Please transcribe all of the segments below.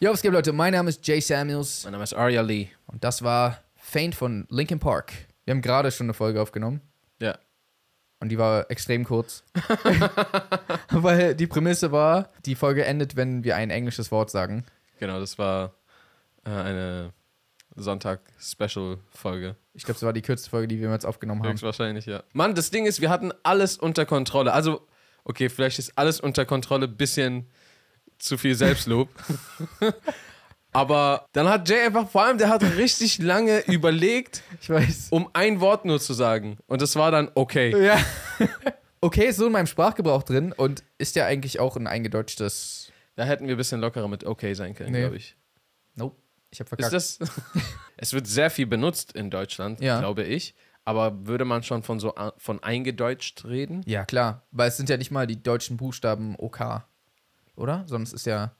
Jo, was geht, Leute? Mein Name ist Jay Samuels Mein Name ist Arya Lee. und das war Faint von Linkin Park. Wir haben gerade schon eine Folge aufgenommen Ja. und die war extrem kurz. Weil die Prämisse war, die Folge endet, wenn wir ein englisches Wort sagen. Genau, das war äh, eine Sonntag-Special-Folge. Ich glaube, das war die kürzeste Folge, die wir jetzt aufgenommen haben. Höchstwahrscheinlich, ja. Mann, das Ding ist, wir hatten alles unter Kontrolle. Also, okay, vielleicht ist alles unter Kontrolle bisschen zu viel Selbstlob. Aber dann hat Jay einfach, vor allem, der hat richtig lange überlegt, Ich weiß. um ein Wort nur zu sagen. Und das war dann okay. Ja. okay, ist so in meinem Sprachgebrauch drin und ist ja eigentlich auch ein eingedeutschtes. Da hätten wir ein bisschen lockerer mit okay sein können, Nee. glaube ich. Nope. Ich habe verkackt. Ist das? es wird sehr viel benutzt in Deutschland, Ja. glaube ich. Aber würde man schon von so a- von eingedeutscht reden? ja, klar. Weil es sind ja nicht mal die deutschen Buchstaben OK. Oder? Sonst ist ja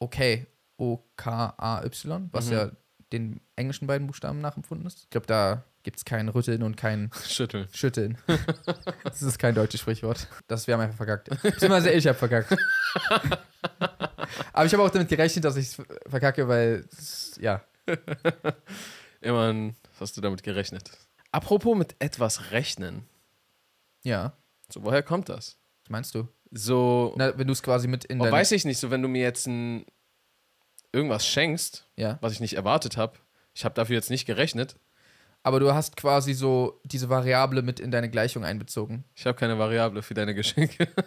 okay. O-K-A-Y, Mhm. was ja den englischen beiden Buchstaben nachempfunden ist. Ich glaube, da gibt es kein Rütteln und kein Schütteln. Schütteln. das ist kein deutsches Sprichwort. Das, wir haben einfach verkackt. Sind wir sehr, ich habe verkackt. Aber ich habe auch damit gerechnet, dass ich es verkacke, weil, es- ja. Immerhin hast du damit gerechnet. Apropos mit etwas rechnen. Ja. So, woher kommt das? Was meinst du? So, Na, wenn du es quasi mit in oh, deine- weiß ich nicht, so wenn du mir jetzt ein, irgendwas schenkst, Ja. was ich nicht erwartet habe, ich habe dafür jetzt nicht gerechnet, Aber du hast quasi so diese Variable mit in deine Gleichung einbezogen. ich habe keine Variable für deine Geschenke,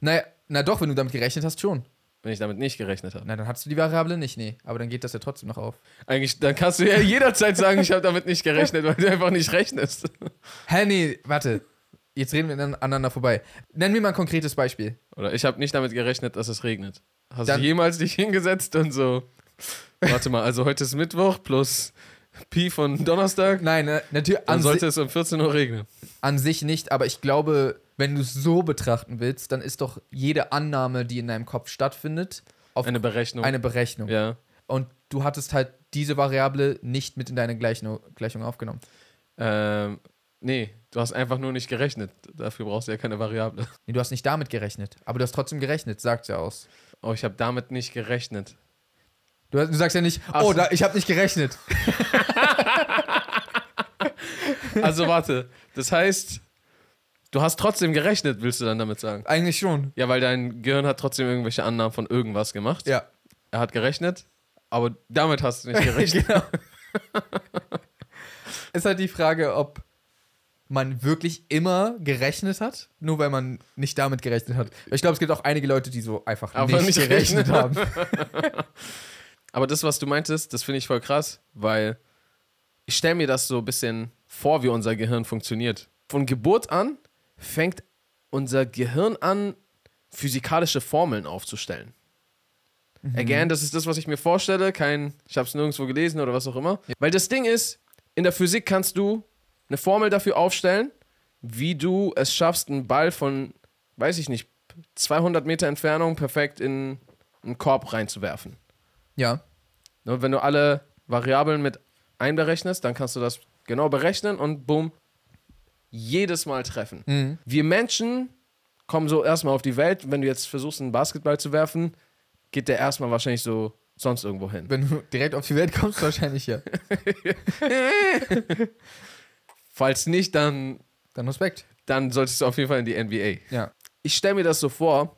Naja, na doch, wenn du damit gerechnet hast, schon. wenn ich damit nicht gerechnet habe. Na, dann hast du die Variable nicht, nee. Aber dann geht das ja trotzdem noch auf. Eigentlich, dann kannst du ja jederzeit sagen, ich habe damit nicht gerechnet, weil du einfach nicht rechnest. Hä, nee, warte. Jetzt reden wir anan- aneinander vorbei. Nenn mir mal ein konkretes Beispiel. Oder ich habe nicht damit gerechnet, dass es regnet. Hast Dann- du jemals dich hingesetzt und so, warte mal, also heute ist Mittwoch plus Pi von Donnerstag, Nein, ne, natürlich dann an, si sollte es um 14 Uhr regnen. an sich nicht, aber ich glaube, wenn du es so betrachten willst, dann ist doch jede Annahme, die in deinem Kopf stattfindet, auf Eine Berechnung. eine Berechnung. ja. Und du hattest halt diese Variable nicht mit in deine Gleichno- Gleichung aufgenommen. Ähm, nee, du hast einfach nur nicht gerechnet. Dafür brauchst du ja keine Variable. Nee, du hast nicht damit gerechnet, aber du hast trotzdem gerechnet, sagt ja aus. Oh, ich habe damit nicht gerechnet. Du, du sagst ja nicht, Ach oh, so. da, ich habe nicht gerechnet. Also warte, das heißt, du hast trotzdem gerechnet, willst du dann damit sagen? Eigentlich schon. Ja, weil dein Gehirn hat trotzdem irgendwelche Annahmen von irgendwas gemacht. Ja. Er hat gerechnet, aber damit hast du nicht gerechnet. genau. Ist halt die Frage, ob man wirklich immer gerechnet hat, nur weil man nicht damit gerechnet hat. Ich glaube, es gibt auch einige Leute, die so einfach Aber nicht, nicht gerechnet gerechnet. haben. Aber das, was du meintest, das finde ich voll krass, weil ich stelle mir das so ein bisschen vor, wie unser Gehirn funktioniert. Von Geburt an fängt unser Gehirn an, physikalische Formeln aufzustellen. Again, das ist das, was ich mir vorstelle. Kein, ich habe es nirgendwo gelesen oder was auch immer. Weil das Ding ist, in der Physik kannst du eine Formel dafür aufstellen, wie du es schaffst, einen Ball von, weiß ich nicht, 200 Meter Entfernung perfekt in einen Korb reinzuwerfen. Ja. Ne, wenn du alle Variablen mit einberechnest, dann kannst du das genau berechnen und boom, jedes Mal treffen. Mhm. Wir Menschen kommen so erstmal auf die Welt. Wenn du jetzt versuchst, einen Basketball zu werfen, geht der erstmal wahrscheinlich so sonst irgendwo hin. Wenn du direkt auf die Welt kommst, wahrscheinlich ja. Falls nicht, dann, Dann Respekt. dann solltest du auf jeden Fall in die NBA. Ja. Ich stelle mir das so vor,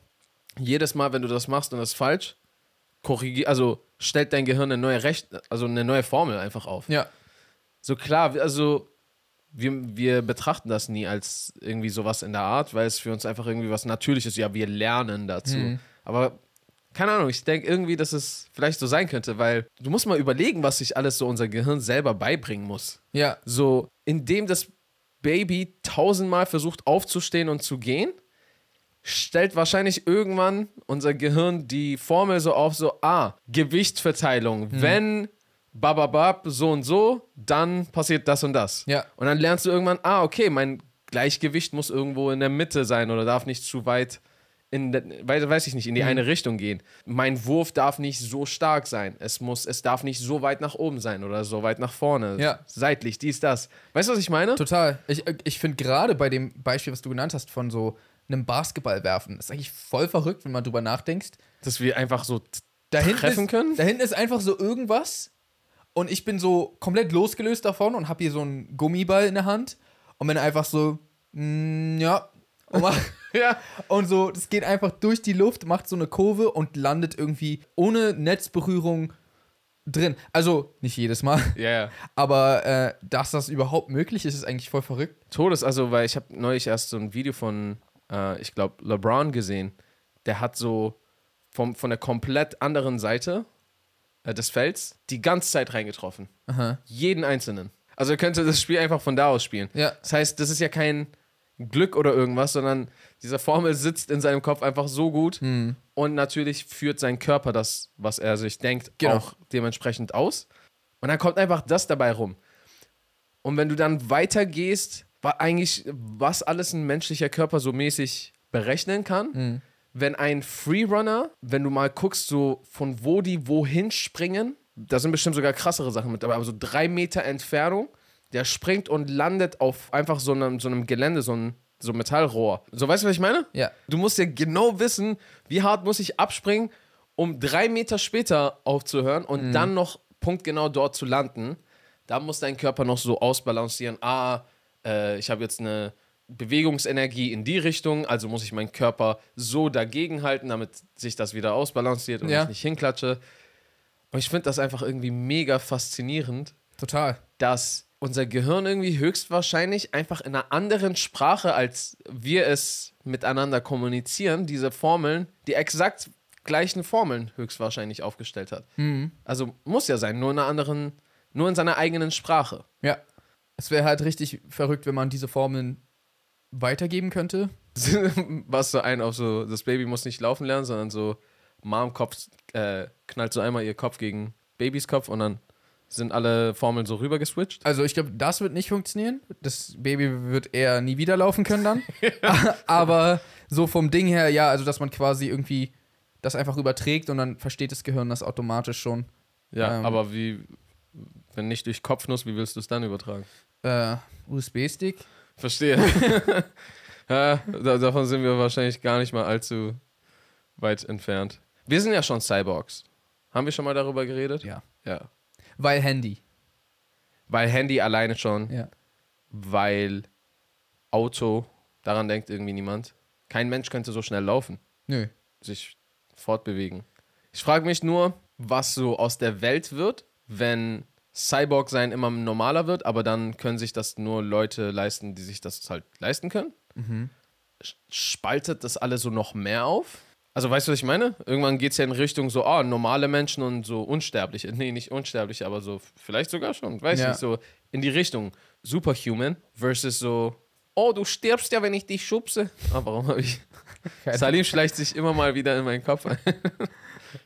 jedes Mal, wenn du das machst und das ist falsch, korrigier, also stellt dein Gehirn eine neue Rech also eine neue Formel einfach auf. Ja. So klar, wir- also wir, wir betrachten das nie als irgendwie sowas in der Art, weil es für uns einfach irgendwie was Natürliches ist. Ja, wir lernen dazu. Mhm. Aber keine Ahnung, ich denke irgendwie, dass es vielleicht so sein könnte, weil du musst mal überlegen, was sich alles so unser Gehirn selber beibringen muss. Ja. So, indem das Baby tausendmal versucht aufzustehen und zu gehen, stellt wahrscheinlich irgendwann unser Gehirn die Formel so auf, so, ah, Gewichtsverteilung. Hm. Wenn bababab so und so, dann passiert das und das. Ja. Und dann lernst du irgendwann, ah, okay, mein Gleichgewicht muss irgendwo in der Mitte sein oder darf nicht zu weit in, de- weiß, weiß ich nicht, Hm. in die eine Richtung gehen. Mein Wurf darf nicht so stark sein. Es muss, es darf nicht so weit nach oben sein oder so weit nach vorne. Ja. Seitlich, dies, das. Weißt du, was ich meine? Total. Ich, ich finde gerade bei dem Beispiel, was du genannt hast, von so einem Basketball werfen, ist eigentlich voll verrückt, wenn man drüber nachdenkt. Dass wir einfach so t- da hinten treffen ist, können? Da hinten ist einfach so irgendwas und ich bin so komplett losgelöst davon und habe hier so einen Gummiball in der Hand und bin einfach so, mm, ja, und, mach, Ja. und so, das geht einfach durch die Luft, macht so eine Kurve und landet irgendwie ohne Netzberührung drin. Also nicht jedes Mal, Ja, ja. aber äh, dass das überhaupt möglich ist, ist eigentlich voll verrückt. Todes, also, weil ich habe neulich erst so ein Video von, äh, ich glaube, LeBron gesehen. Der hat so vom, von der komplett anderen Seite äh, des Felds die ganze Zeit reingetroffen. Aha. Jeden einzelnen. Also er könnte das Spiel einfach von da aus spielen. Ja. Das heißt, das ist ja kein Glück oder irgendwas, sondern diese Formel sitzt in seinem Kopf einfach so gut Hm. und natürlich führt sein Körper das, was er sich denkt, Genau. auch dementsprechend aus. Und dann kommt einfach das dabei rum. Und wenn du dann weitergehst, war eigentlich, was alles ein menschlicher Körper so mäßig berechnen kann, wenn ein Freerunner, wenn du mal guckst, so von wo die wohin springen, da sind bestimmt sogar krassere Sachen mit dabei, aber so drei Meter Entfernung, der springt und landet auf einfach so einem, so einem Gelände, so einem so einem Metallrohr. So, weißt du, was ich meine? Ja. Du musst ja genau wissen, wie hart muss ich abspringen, um drei Meter später aufzuhören und dann noch punktgenau dort zu landen. Da muss dein Körper noch so ausbalancieren. Ah, äh, ich habe jetzt eine Bewegungsenergie in die Richtung, also muss ich meinen Körper so dagegen halten, damit sich das wieder ausbalanciert und Ja. ich nicht hinklatsche. Und ich finde das einfach irgendwie mega faszinierend, Total. dass unser Gehirn irgendwie höchstwahrscheinlich einfach in einer anderen Sprache, als wir es miteinander kommunizieren, diese Formeln, die exakt gleichen Formeln höchstwahrscheinlich aufgestellt hat. Hm. Mhm. Also muss ja sein, nur in einer anderen, nur in seiner eigenen Sprache. Ja. Es wäre halt richtig verrückt, wenn man diese Formeln weitergeben könnte. Was so ein auf so, das Baby muss nicht laufen lernen, sondern so Mom Kopf, äh, knallt so einmal ihr Kopf gegen Babys Kopf und dann sind alle Formeln so rüber geswitcht. Also ich glaube, das wird nicht funktionieren. Das Baby wird eher nie wieder laufen können dann. Aber so vom Ding her, ja, also dass man quasi irgendwie das einfach überträgt und dann versteht das Gehirn das automatisch schon. Ja, Ähm. aber wie, wenn nicht durch Kopfnuss, wie willst du es dann übertragen? Äh, USB-Stick. Verstehe. ja, da, davon sind wir wahrscheinlich gar nicht mal allzu weit entfernt. Wir sind ja schon Cyborgs. Haben wir schon mal darüber geredet? Ja. Ja. Weil Handy. Weil Handy alleine schon, Ja. weil Auto, daran denkt irgendwie niemand. Kein Mensch könnte so schnell laufen, Nö. sich fortbewegen. Ich frage mich nur, was so aus der Welt wird, wenn Cyborg sein immer normaler wird, aber dann können sich das nur Leute leisten, die sich das halt leisten können. spaltet das alles so noch mehr auf? Also weißt du, was ich meine? Irgendwann geht es ja in Richtung so, ah, normale Menschen und so Unsterbliche. Nee, nicht Unsterbliche, aber so f- vielleicht sogar schon, weiß Ja. nicht, so in die Richtung Superhuman versus so, oh, du stirbst ja, wenn ich dich schubse. Ah, warum habe ich... Keine- Salim schleicht sich immer mal wieder in meinen Kopf ein. Ich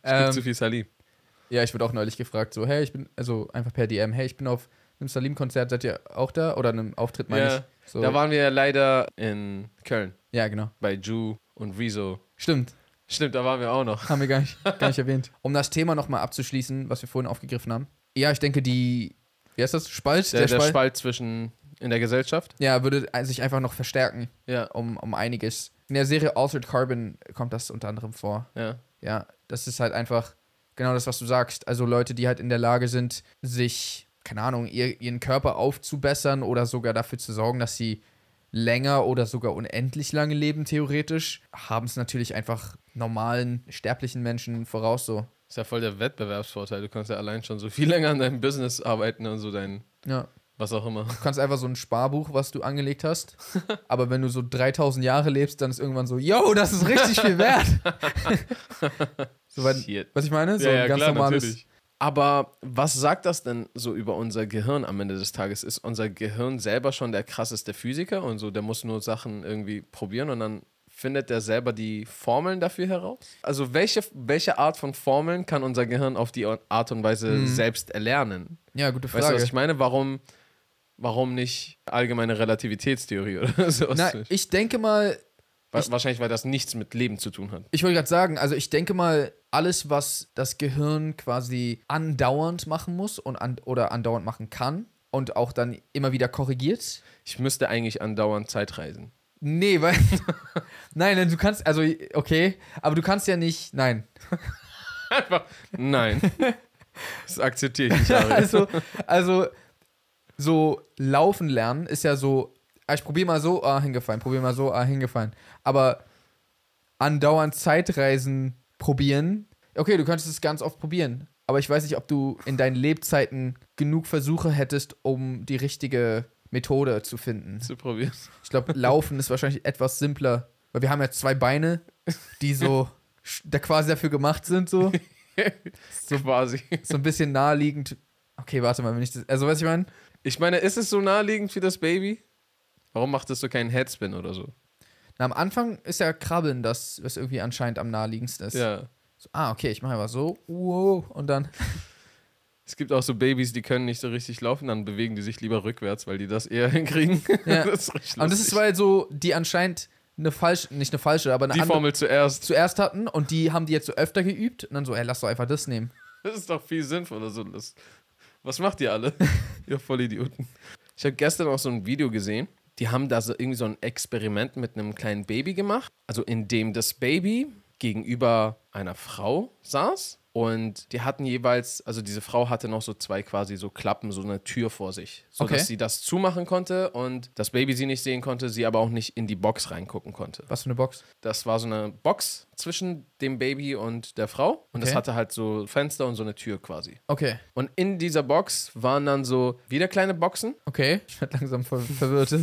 ähm, Ähm, zu viel Salim. Ja, ich wurde auch neulich gefragt, so, hey, ich bin, also einfach per DM, hey, ich bin auf einem Salim-Konzert, seid ihr auch da? Oder einem Auftritt, meine Ja, ich. So. Da waren wir ja leider in Köln ja, genau. bei Ju und Rezo. Stimmt. Stimmt, da waren wir auch noch. Haben wir gar nicht, gar nicht erwähnt. Um das Thema nochmal abzuschließen, was wir vorhin aufgegriffen haben. Ja, ich denke, die. Wie heißt das? Spalt? Der, der, Spalt. zwischen in der Gesellschaft. Ja, würde sich einfach noch verstärken Ja, um, um einiges. In der Serie Altered Carbon kommt das unter anderem vor. ja. Ja, das ist halt einfach genau das, was du sagst. Also Leute, die halt in der Lage sind, sich, keine Ahnung, ihr, ihren Körper aufzubessern oder sogar dafür zu sorgen, dass sie länger oder sogar unendlich lange leben, theoretisch, haben es natürlich einfach normalen, sterblichen Menschen voraus so. Ist ja voll der Wettbewerbsvorteil. Du kannst ja allein schon so viel länger an deinem Business arbeiten und so dein, Ja. was auch immer. Du kannst einfach so ein Sparbuch, was du angelegt hast. Aber wenn du so 3000 Jahre lebst, dann ist irgendwann so, yo, das ist richtig viel wert. so, weil, Shit. was ich meine? So ja, ein ja, ganz klar, normales. natürlich. Aber was sagt das denn so über unser Gehirn am Ende des Tages? Ist unser Gehirn selber schon der krasseste Physiker und so, der muss nur Sachen irgendwie probieren und dann findet er selber die Formeln dafür heraus? Also welche, welche Art von Formeln kann unser Gehirn auf die Art und Weise selbst erlernen? Ja, gute Weißt Frage. du, was ich meine? Warum, warum nicht allgemeine Relativitätstheorie oder sowas? Na, ich denke mal, Wa- Ich- wahrscheinlich, weil das nichts mit Leben zu tun hat. ich wollte gerade sagen, also ich denke mal, alles, was das Gehirn quasi andauernd machen muss und an, oder andauernd machen kann und auch dann immer wieder korrigiert. Ich müsste eigentlich andauernd Zeit reisen. Nee, weil. nein, denn du kannst, also, okay, aber du kannst ja nicht, nein. Einfach, nein. Das akzeptiere ich nicht. Ari. also, also so laufen lernen ist ja so, ah, ich probiere mal so, ah, hingefallen, probiere mal so, ah, hingefallen. Aber andauernd Zeitreisen probieren, okay, du könntest es ganz oft probieren, aber ich weiß nicht, ob du in deinen Lebzeiten genug Versuche hättest, um die richtige Methode zu finden. Zu probieren. Ich glaube, Laufen ist wahrscheinlich etwas simpler, weil wir haben ja zwei Beine, die so sch- da quasi dafür gemacht sind, so, So quasi. so ein bisschen naheliegend. Okay, warte mal, wenn ich das, also, was ich meine? Ich meine, ist es so naheliegend wie das Baby? Warum macht es so keinen Headspin oder so? Na, am Anfang ist ja Krabbeln das, was irgendwie anscheinend am naheliegendsten ist. Ja. So, ah, okay, ich mache einfach so, wow, und dann, Es gibt auch so Babys, die können nicht so richtig laufen, dann bewegen die sich lieber rückwärts, weil die das eher hinkriegen. Ja. Das ist richtig und das lustig. ist, weil so, die anscheinend eine falsche, nicht eine falsche, aber eine die andere Formel zuerst. zuerst hatten und die haben die jetzt so öfter geübt und dann so, ey, lass doch einfach das nehmen. Das ist doch viel sinnvoller so. Das. Was macht ihr alle? ihr Vollidioten. Ich habe gestern auch so ein Video gesehen. Die haben da so irgendwie so ein Experiment mit einem kleinen Baby gemacht. Also in dem das Baby gegenüber einer Frau saß. Und die hatten jeweils, also diese Frau hatte noch so zwei quasi so Klappen, so eine Tür vor sich, sodass Okay. sie das zumachen konnte und das Baby sie nicht sehen konnte, sie aber auch nicht in die Box reingucken konnte. Was für eine Box. Das war so eine Box zwischen dem Baby und der Frau. Und das Okay. hatte halt so Fenster und so eine Tür quasi. Okay, Und in dieser Box waren dann so wieder kleine Boxen. okay. Ich werde langsam ver verwirrt.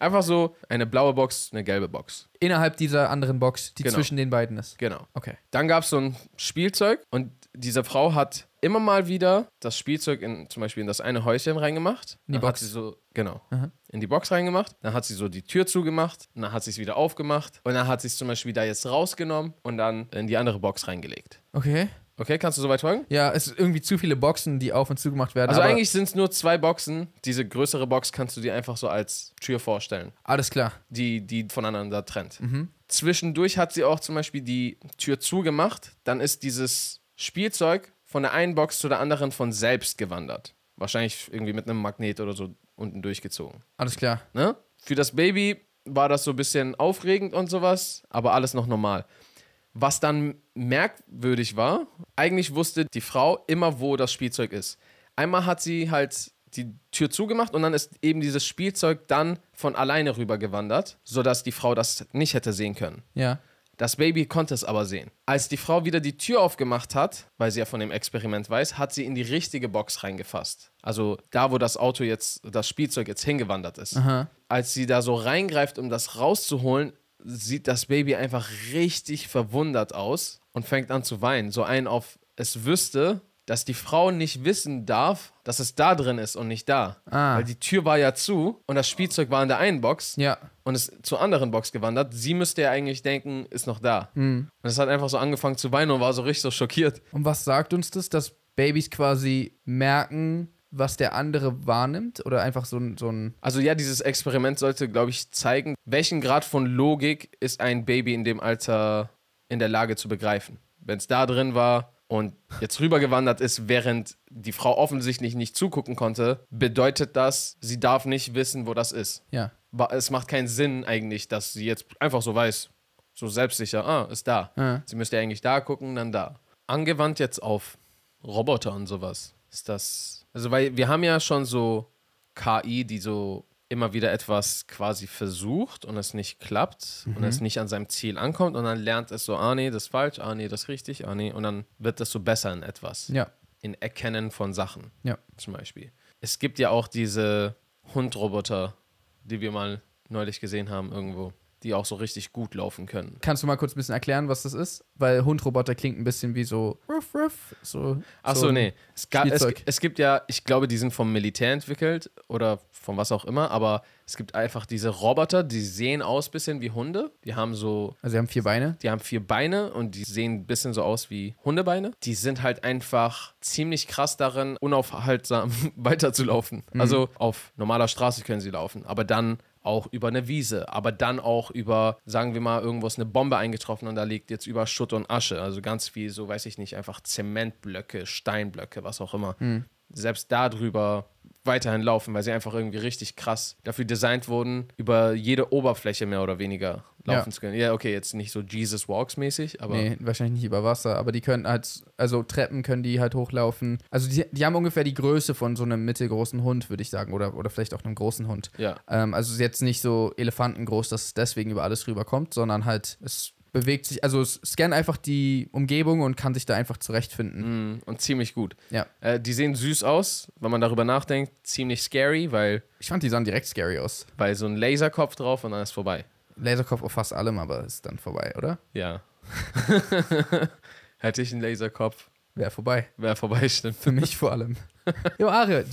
Einfach so eine blaue Box, eine gelbe Box. Innerhalb dieser anderen Box, die Genau. zwischen den beiden ist. Genau. Okay. Dann gab es so ein Spielzeug und diese Frau hat immer mal wieder das Spielzeug in, zum Beispiel in das eine Häuschen reingemacht. In die Dann hat Box. sie so, genau. Aha. In die Box reingemacht. Dann hat sie so die Tür zugemacht. Und dann hat sie es wieder aufgemacht. Und dann hat sie es zum Beispiel da jetzt rausgenommen und dann in die andere Box reingelegt. Okay. Okay, kannst du soweit folgen? Ja, es sind irgendwie zu viele Boxen, die auf und zu gemacht werden. Also aber eigentlich sind es nur zwei Boxen. Diese größere Box kannst du dir einfach so als Tür vorstellen, Alles klar. die, die voneinander trennt. Zwischendurch hat sie auch zum Beispiel die Tür zugemacht. Dann ist dieses Spielzeug von der einen Box zu der anderen von selbst gewandert. Wahrscheinlich irgendwie mit einem Magnet oder so unten durchgezogen. Alles klar. Ne? Für das Baby war das so ein bisschen aufregend und sowas, aber alles noch normal. Was dann merkwürdig war, eigentlich wusste die Frau immer, wo das Spielzeug ist. Einmal hat sie halt die Tür zugemacht und dann ist eben dieses Spielzeug dann von alleine rübergewandert, sodass die Frau das nicht hätte sehen können. Ja. Das Baby konnte es aber sehen. Als die Frau wieder die Tür aufgemacht hat, weil sie ja von dem Experiment weiß, hat sie in die richtige Box reingefasst. Also da, wo das Auto jetzt, das Spielzeug jetzt hingewandert ist. Aha. Als sie da so reingreift, um das rauszuholen, sieht das Baby einfach richtig verwundert aus und fängt an zu weinen. So ein auf, es wüsste, dass die Frau nicht wissen darf, dass es da drin ist und nicht da. Ah. Weil die Tür war ja zu und das Spielzeug war in der einen Box Ja. und ist zur anderen Box gewandert. Sie müsste ja eigentlich denken, ist noch da. Hm. Und es hat einfach so angefangen zu weinen und war so richtig so schockiert. Und was sagt uns das, dass Babys quasi merken, was der andere wahrnimmt? Oder einfach so ein, so ein Also ja, dieses Experiment sollte, glaube ich, zeigen, welchen Grad von Logik ist ein Baby in dem Alter in der Lage zu begreifen. Wenn es da drin war und jetzt rübergewandert ist, während die Frau offensichtlich nicht zugucken konnte, bedeutet das, sie darf nicht wissen, wo das ist. ja. Wa- es macht keinen Sinn eigentlich, dass sie jetzt einfach so weiß, so selbstsicher, ah, ist da. Ja. Sie müsste eigentlich da gucken, dann da. Angewandt jetzt auf Roboter und sowas. Ist das. Also, weil wir haben ja schon so KI, die so immer wieder etwas quasi versucht und es nicht klappt und es nicht an seinem Ziel ankommt und dann lernt es so, ah nee, das ist falsch, ah nee, das ist richtig, ah nee, und dann wird das so besser in etwas Ja. in Erkennen von Sachen. Ja. Zum Beispiel. Es gibt ja auch diese Hundroboter, die wir mal neulich gesehen haben irgendwo, die auch so richtig gut laufen können. Kannst du mal kurz ein bisschen erklären, was das ist? Weil Hundroboter klingt ein bisschen wie so ruff, ruff. So, Achso, so ein- nee. Es, gab, es, Spielzeug. es gibt ja, ich glaube, die sind vom Militär entwickelt oder von was auch immer, aber es gibt einfach diese Roboter, die sehen aus bisschen wie Hunde. Die haben so Also sie haben vier Beine. Die haben vier Beine und die sehen ein bisschen so aus wie Hundebeine. Die sind halt einfach ziemlich krass darin, unaufhaltsam weiterzulaufen. Also auf normaler Straße können sie laufen, aber dann auch über eine Wiese, aber dann auch über, sagen wir mal, irgendwo ist eine Bombe eingetroffen und da liegt jetzt über Schutt und Asche. Also ganz viel, so weiß ich nicht, einfach Zementblöcke, Steinblöcke, was auch immer. Selbst darüber weiterhin laufen, weil sie einfach irgendwie richtig krass dafür designt wurden, über jede Oberfläche mehr oder weniger Ja. laufen zu können. Ja, okay, jetzt nicht so Jesus Walks mäßig, aber nee, wahrscheinlich nicht über Wasser, aber die können halt, also Treppen können die halt hochlaufen. Also die, die haben ungefähr die Größe von so einem mittelgroßen Hund, würde ich sagen, oder, oder vielleicht auch einem großen Hund. ja. Ähm, also es ist jetzt nicht so elefantengroß, dass es deswegen über alles rüberkommt, sondern halt es bewegt sich, also es scannt einfach die Umgebung und kann sich da einfach zurechtfinden. Mm, Und ziemlich gut. Ja. Äh, die sehen süß aus, wenn man darüber nachdenkt. Ziemlich scary, weil, Ich fand, die sahen direkt scary aus. weil so ein Laserkopf drauf und dann ist vorbei. Laserkopf auf fast allem, aber ist dann vorbei, oder? Ja. Hätte ich einen Laserkopf, Wäre vorbei. wäre vorbei, stimmt. Für mich vor allem. Jo, Are.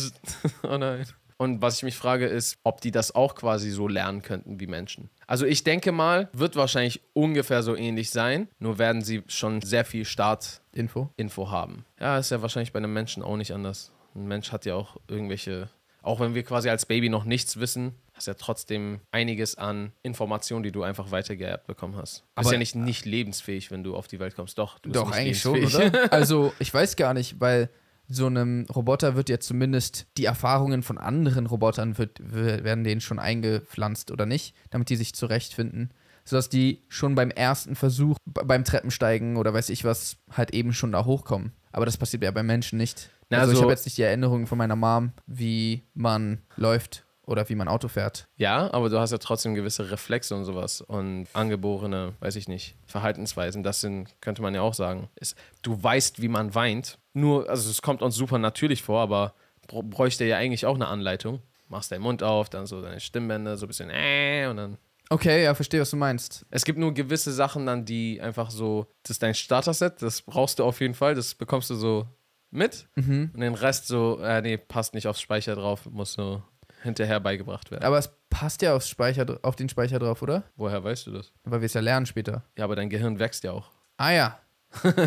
oh nein. Und was ich mich frage, ist, ob die das auch quasi so lernen könnten wie Menschen. Also ich denke mal, wird wahrscheinlich ungefähr so ähnlich sein, nur werden sie schon sehr viel Startinfo Info. haben. Ja, ist ja wahrscheinlich bei einem Menschen auch nicht anders. Ein Mensch hat ja auch irgendwelche, auch wenn wir quasi als Baby noch nichts wissen, hast ja trotzdem einiges an Informationen, die du einfach weitergeerbt bekommen hast. Du bist Aber- ja nicht, nicht lebensfähig, wenn du auf die Welt kommst. Doch, du bist Doch, nicht eigentlich schon, lebensfähig. oder? Also, ich weiß gar nicht, weil so einem Roboter wird ja zumindest die Erfahrungen von anderen Robotern wird, w- werden denen schon eingepflanzt oder nicht, damit die sich zurechtfinden. Sodass die schon beim ersten Versuch, b- beim Treppensteigen oder weiß ich was, halt eben schon da hochkommen. Aber das passiert ja bei Menschen nicht. Na, also, ich also- habe jetzt nicht die Erinnerung von meiner Mom, wie man läuft oder wie man Auto fährt. Ja, aber du hast ja trotzdem gewisse Reflexe und sowas und angeborene, weiß ich nicht, Verhaltensweisen. Das sind, könnte man ja auch sagen. Ist, du weißt, wie man weint. Nur, also es kommt uns super natürlich vor, aber br- bräuchte ja eigentlich auch eine Anleitung. Machst deinen Mund auf, dann so deine Stimmbänder, so ein bisschen äh und dann. Okay, ja, verstehe, was du meinst. Es gibt nur gewisse Sachen dann, die einfach so, das ist dein Starter-Set, das brauchst du auf jeden Fall, das bekommst du so mit. Und den Rest so, äh, nee, passt nicht aufs Speicher drauf, muss so hinterher beigebracht werden. Aber es passt ja aufs Speicher, dr- auf den Speicher drauf, oder? Woher weißt du das? Weil wir es ja lernen später. Ja, aber dein Gehirn wächst ja auch. Ah ja.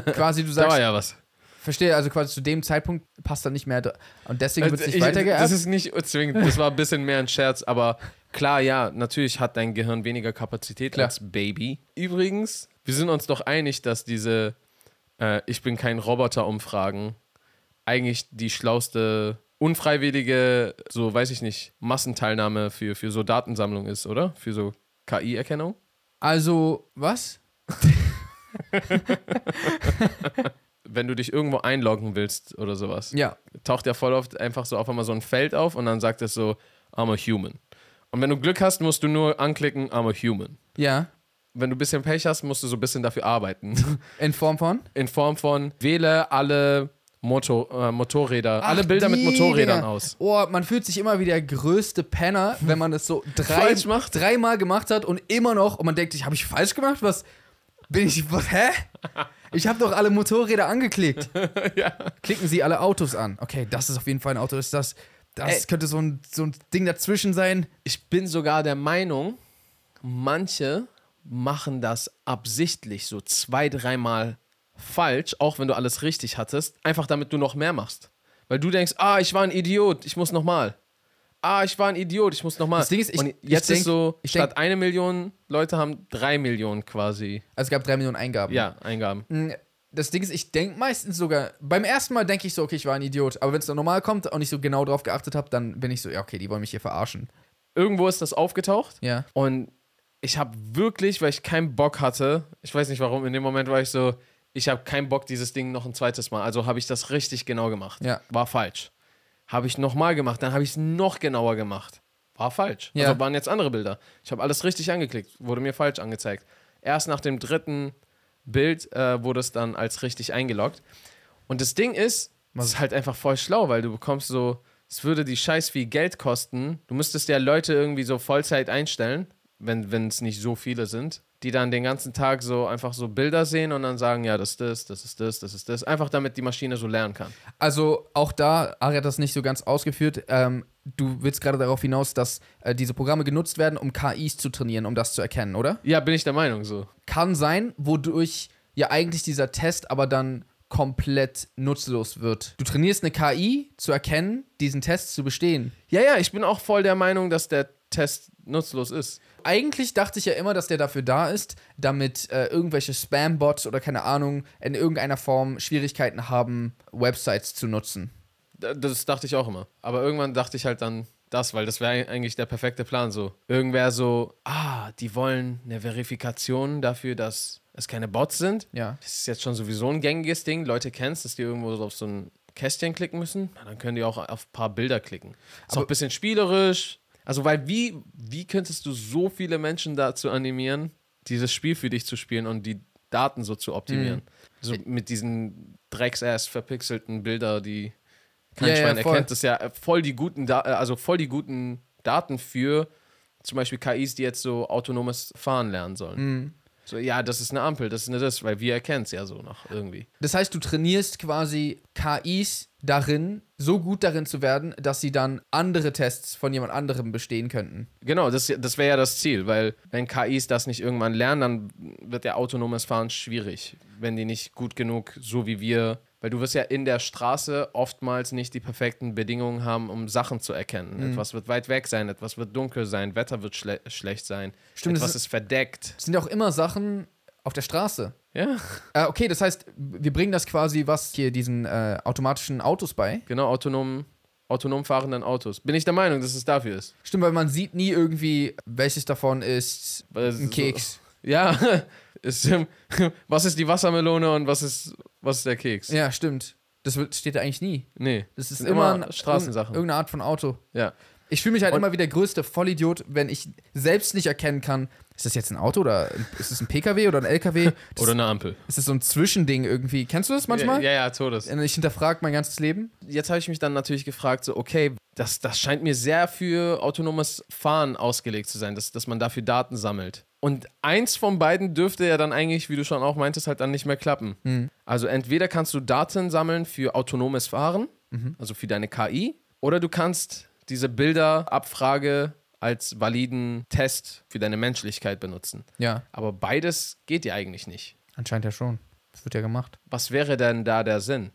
quasi du Da sagst, war ja was. verstehe, also quasi zu dem Zeitpunkt passt da nicht mehr dr- und deswegen wird es nicht Äh, das weitergeerbt. ist nicht zwingend, das war ein bisschen mehr ein Scherz, aber klar, ja, natürlich hat dein Gehirn weniger Kapazität Klar. als Baby. Übrigens, wir sind uns doch einig, dass diese äh, Ich bin kein Roboter umfragen eigentlich die schlauste unfreiwillige, so weiß ich nicht, Massenteilnahme für, für so Datensammlung ist, oder? Für so KI-Erkennung. Also, was? Wenn du dich irgendwo einloggen willst oder sowas. Ja. taucht ja voll oft einfach so auf einmal so ein Feld auf und dann sagt es so, I'm a human. Und wenn du Glück hast, musst du nur anklicken, I'm a human. Ja. Wenn du ein bisschen Pech hast, musst du so ein bisschen dafür arbeiten. In Form von? In Form von, wähle alle Motor, äh, Motorräder, alle Ach, Bilder mit die Motorrädern Dinger. aus. Oh, man fühlt sich immer wie der größte Penner, wenn man es so drei, Falsch macht. dreimal gemacht hat und immer noch und man denkt, ich habe ich falsch gemacht? Was bin ich was hä? Ich habe doch alle Motorräder angeklickt. Klicken Sie alle Autos an. Okay, das ist auf jeden Fall ein Auto, ist das das Ey. könnte so ein, so ein Ding dazwischen sein. Ich bin sogar der Meinung, manche machen das absichtlich so zwei, dreimal falsch, auch wenn du alles richtig hattest, einfach damit du noch mehr machst. Weil du denkst, ah, ich war ein Idiot, ich muss nochmal. Ah, ich war ein Idiot, ich muss nochmal. Das Ding ist, ich- Und ich jetzt denk- ist so, ich statt eine Million Leute haben drei Millionen quasi, Also es gab drei Millionen Eingaben. ja, Eingaben. Das Ding ist, ich denke meistens sogar, beim ersten Mal denke ich so, okay, ich war ein Idiot. Aber wenn es dann normal kommt und ich so genau drauf geachtet habe, dann bin ich so, ja, okay, die wollen mich hier verarschen. Irgendwo ist das aufgetaucht Ja. Und ich habe wirklich, weil ich keinen Bock hatte, ich weiß nicht warum, in dem Moment war ich so, ich habe keinen Bock, dieses Ding noch ein zweites Mal. Also habe ich das richtig genau gemacht. Ja. War falsch. Habe ich nochmal gemacht, dann habe ich es noch genauer gemacht. War falsch. Ja. Also waren jetzt andere Bilder. Ich habe alles richtig angeklickt, wurde mir falsch angezeigt. Erst nach dem dritten Bild äh, wurde es dann als richtig eingeloggt. Und das Ding ist, es ist halt einfach voll schlau, weil du bekommst so, es würde die scheiß viel Geld kosten. Du müsstest ja Leute irgendwie so Vollzeit einstellen, wenn wenn es nicht so viele sind, die dann den ganzen Tag so einfach so Bilder sehen und dann sagen, ja, das ist das, das ist das, das ist das. Einfach damit die Maschine so lernen kann. Also auch da, Ari hat das nicht so ganz ausgeführt. Ähm, du willst gerade darauf hinaus, dass äh, diese Programme genutzt werden, um KIs zu trainieren, um das zu erkennen, oder? Ja, bin ich der Meinung so. Kann sein, wodurch ja eigentlich dieser Test aber dann komplett nutzlos wird. Du trainierst eine KI zu erkennen, diesen Test zu bestehen. Ja, ja, ich bin auch voll der Meinung, dass der Test nutzlos ist. Eigentlich dachte ich ja immer, dass der dafür da ist, damit äh, irgendwelche Spam-Bots oder keine Ahnung in irgendeiner Form Schwierigkeiten haben, Websites zu nutzen. Da- Das dachte ich auch immer. Aber irgendwann dachte ich halt dann das, weil das wäre eigentlich der perfekte Plan. So, irgendwer so, ah, die wollen eine Verifikation dafür, dass es keine Bots sind. Ja. Das ist jetzt schon sowieso ein gängiges Ding. Leute kennen es, dass die irgendwo so auf so ein Kästchen klicken müssen. Na, dann können die auch auf ein paar Bilder klicken. Ist auch ein bisschen spielerisch. Also, weil wie, wie könntest du so viele Menschen dazu animieren, dieses Spiel für dich zu spielen und die Daten so zu Mhm. optimieren? So mit diesen drecksass verpixelten Bilder, die kein Ja, ja, Schwein voll. erkennt. Das ist ja voll die guten, da also voll die guten Daten für zum Beispiel KIs, die jetzt so autonomes Fahren lernen Mhm. sollen. So, ja, das ist eine Ampel, das ist eine das, weil wir erkennen es ja so noch irgendwie. Das heißt, du trainierst quasi KIs darin, so gut darin zu werden, dass sie dann andere Tests von jemand anderem bestehen könnten. Genau, das, das wäre ja das Ziel, weil wenn KIs das nicht irgendwann lernen, dann wird ja autonomes Fahren schwierig, wenn die nicht gut genug, so wie wir, weil du wirst ja in der Straße oftmals nicht die perfekten Bedingungen haben, um Sachen zu erkennen. Mhm. Etwas wird weit weg sein, etwas wird dunkel sein, Wetter wird schle schlecht sein, Stimmt, das etwas ist- ist verdeckt. Das sind ja auch immer Sachen auf der Straße. Ja, Äh, okay, das heißt, wir bringen das quasi was hier diesen äh, automatischen Autos bei. genau, autonom, autonom fahrenden Autos. Bin ich der Meinung, dass es dafür ist. Stimmt, weil man sieht nie irgendwie, welches davon ist Weil es ein so- Keks. Ja, ist, ähm, was ist die Wassermelone und was ist, was ist der Keks? Ja, stimmt. Das wird, steht da eigentlich nie. Nee, Das ist Sind immer, immer ein- Straßensachen. Irgendeine Art von Auto. ja. Ich fühle mich halt Und- immer wie der größte Vollidiot, wenn ich selbst nicht erkennen kann, ist das jetzt ein Auto oder ein- ist es ein PKW oder ein LKW? Das, Oder eine Ampel. ist das so ein Zwischending irgendwie? Kennst du das manchmal? Ja, ja, ja, Todes. Und Ich hinterfrage mein ganzes Leben. Jetzt habe ich mich dann natürlich gefragt, so, okay, das, das scheint mir sehr für autonomes Fahren ausgelegt zu sein, dass, dass man dafür Daten sammelt. Und eins von beiden dürfte ja dann eigentlich, wie du schon auch meintest, halt dann nicht mehr klappen. Also entweder kannst du Daten sammeln für autonomes Fahren, also für deine KI, oder du kannst diese Bilderabfrage als validen Test für deine Menschlichkeit benutzen. Ja, Aber beides geht ja eigentlich nicht. anscheinend ja schon. Das wird ja gemacht. Was wäre denn da der Sinn?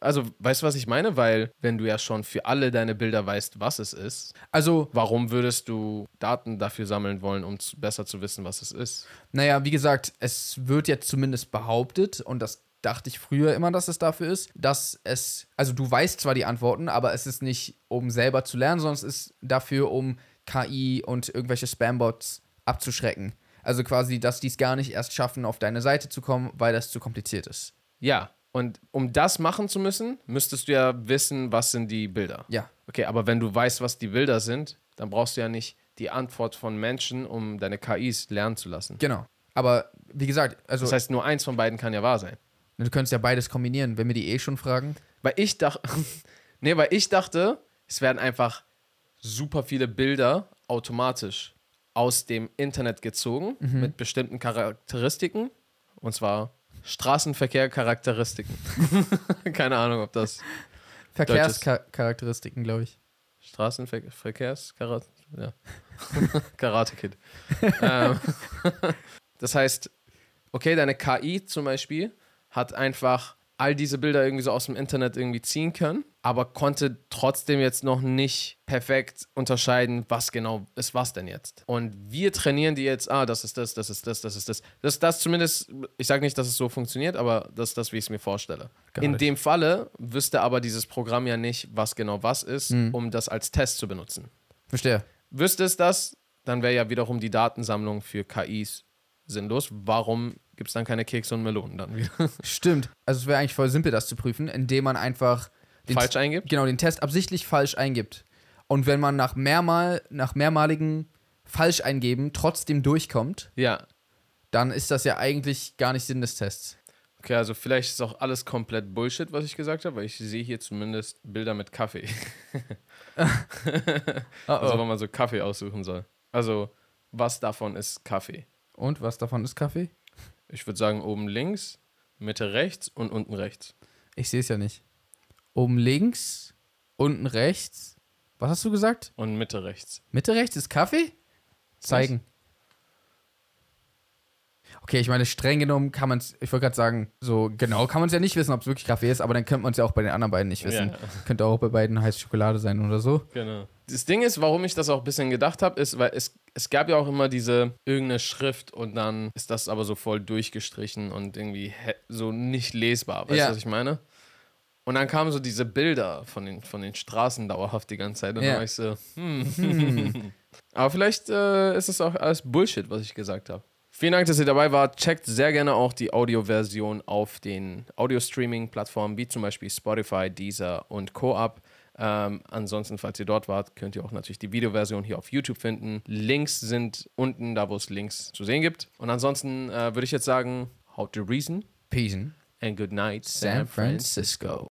Also, weißt du, was ich meine? Weil, wenn du ja schon für alle deine Bilder weißt, was es ist, Also, warum würdest du Daten dafür sammeln wollen, um zu, besser zu wissen, was es ist? naja, wie gesagt, es wird jetzt zumindest behauptet, und das dachte ich früher immer, dass es dafür ist, dass es, also du weißt zwar die Antworten, aber es ist nicht, um selber zu lernen, sondern es ist dafür, um KI und irgendwelche Spambots abzuschrecken. Also quasi, dass die es gar nicht erst schaffen, auf deine Seite zu kommen, weil das zu kompliziert ist. Ja, und um das machen zu müssen, müsstest du ja wissen, was sind die Bilder. Ja. Okay, aber wenn du weißt, was die Bilder sind, dann brauchst du ja nicht die Antwort von Menschen, um deine KIs lernen zu lassen. Genau. Aber wie gesagt, also Das heißt, nur eins von beiden kann ja wahr sein. du könntest ja beides kombinieren, wenn wir die eh schon fragen. Weil ich dachte, nee, weil ich dachte, es werden einfach super viele Bilder automatisch aus dem Internet gezogen mit bestimmten Charakteristiken. Und zwar Straßenverkehr-Charakteristiken. Keine Ahnung, ob das Verkehrscharakteristiken, glaube ich. Straßenverkehrs Karate, ja. Karate Kid. ähm, das heißt, okay, deine KI zum Beispiel hat einfach all diese Bilder irgendwie so aus dem Internet irgendwie ziehen können, aber konnte trotzdem jetzt noch nicht perfekt unterscheiden, was genau ist was denn jetzt. Und wir trainieren die jetzt, ah, das ist das, das ist das, das ist das. Das, das zumindest, ich sage nicht, dass es so funktioniert, aber das ist das, wie ich es mir vorstelle. Gar In nicht. dem Falle wüsste aber dieses Programm ja nicht, was genau was ist, Hm. um das als Test zu benutzen. Verstehe. Wüsste es das, dann wäre ja wiederum die Datensammlung für KIs sinnlos. Warum gibt es dann keine Kekse und Melonen dann wieder? Stimmt. Also es wäre eigentlich voll simpel, das zu prüfen, indem man einfach den Falsch eingibt? genau den Test absichtlich falsch eingibt. Und wenn man nach mehrmal nach mehrmaligen falsch eingeben trotzdem durchkommt, Ja. dann ist das ja eigentlich gar nicht Sinn des Tests. Okay, also vielleicht ist auch alles komplett Bullshit, was ich gesagt habe, weil ich sehe hier zumindest Bilder mit Kaffee. Oh. Also, wenn man so Kaffee aussuchen soll. Also, was davon ist Kaffee? Und was davon ist Kaffee? Ich würde sagen, oben links, Mitte rechts und unten rechts. Ich sehe es ja nicht. Oben links, unten rechts. Was hast du gesagt? Und Mitte rechts. Mitte rechts ist Kaffee? Zeigen. Okay, ich meine, streng genommen kann man es, ich wollte gerade sagen, so genau kann man es ja nicht wissen, ob es wirklich Kaffee ist, aber dann könnte man es ja auch bei den anderen beiden nicht wissen. Ja. Könnte auch bei beiden heiße Schokolade sein oder so. Genau. Das Ding ist, warum ich das auch ein bisschen gedacht habe, ist, weil es, es gab ja auch immer diese irgendeine Schrift und dann ist das aber so voll durchgestrichen und irgendwie hä- so nicht lesbar. Weißt du, Ja. was ich meine? Und dann kamen so diese Bilder von den, von den Straßen dauerhaft die ganze Zeit. Und Ja. dann war ich so, hm. Aber vielleicht äh, ist es auch alles Bullshit, was ich gesagt habe. Vielen Dank, dass ihr dabei wart. Checkt sehr gerne auch die Audioversion auf den Audio-Streaming-Plattformen wie zum Beispiel Spotify, Deezer und Co. ab. Ähm, ansonsten, falls ihr dort wart, könnt ihr auch natürlich die Videoversion hier auf YouTube finden. Links sind unten, da wo es Links zu sehen gibt. Und ansonsten äh, würde ich jetzt sagen, how to reason Peace. and good night, San Francisco.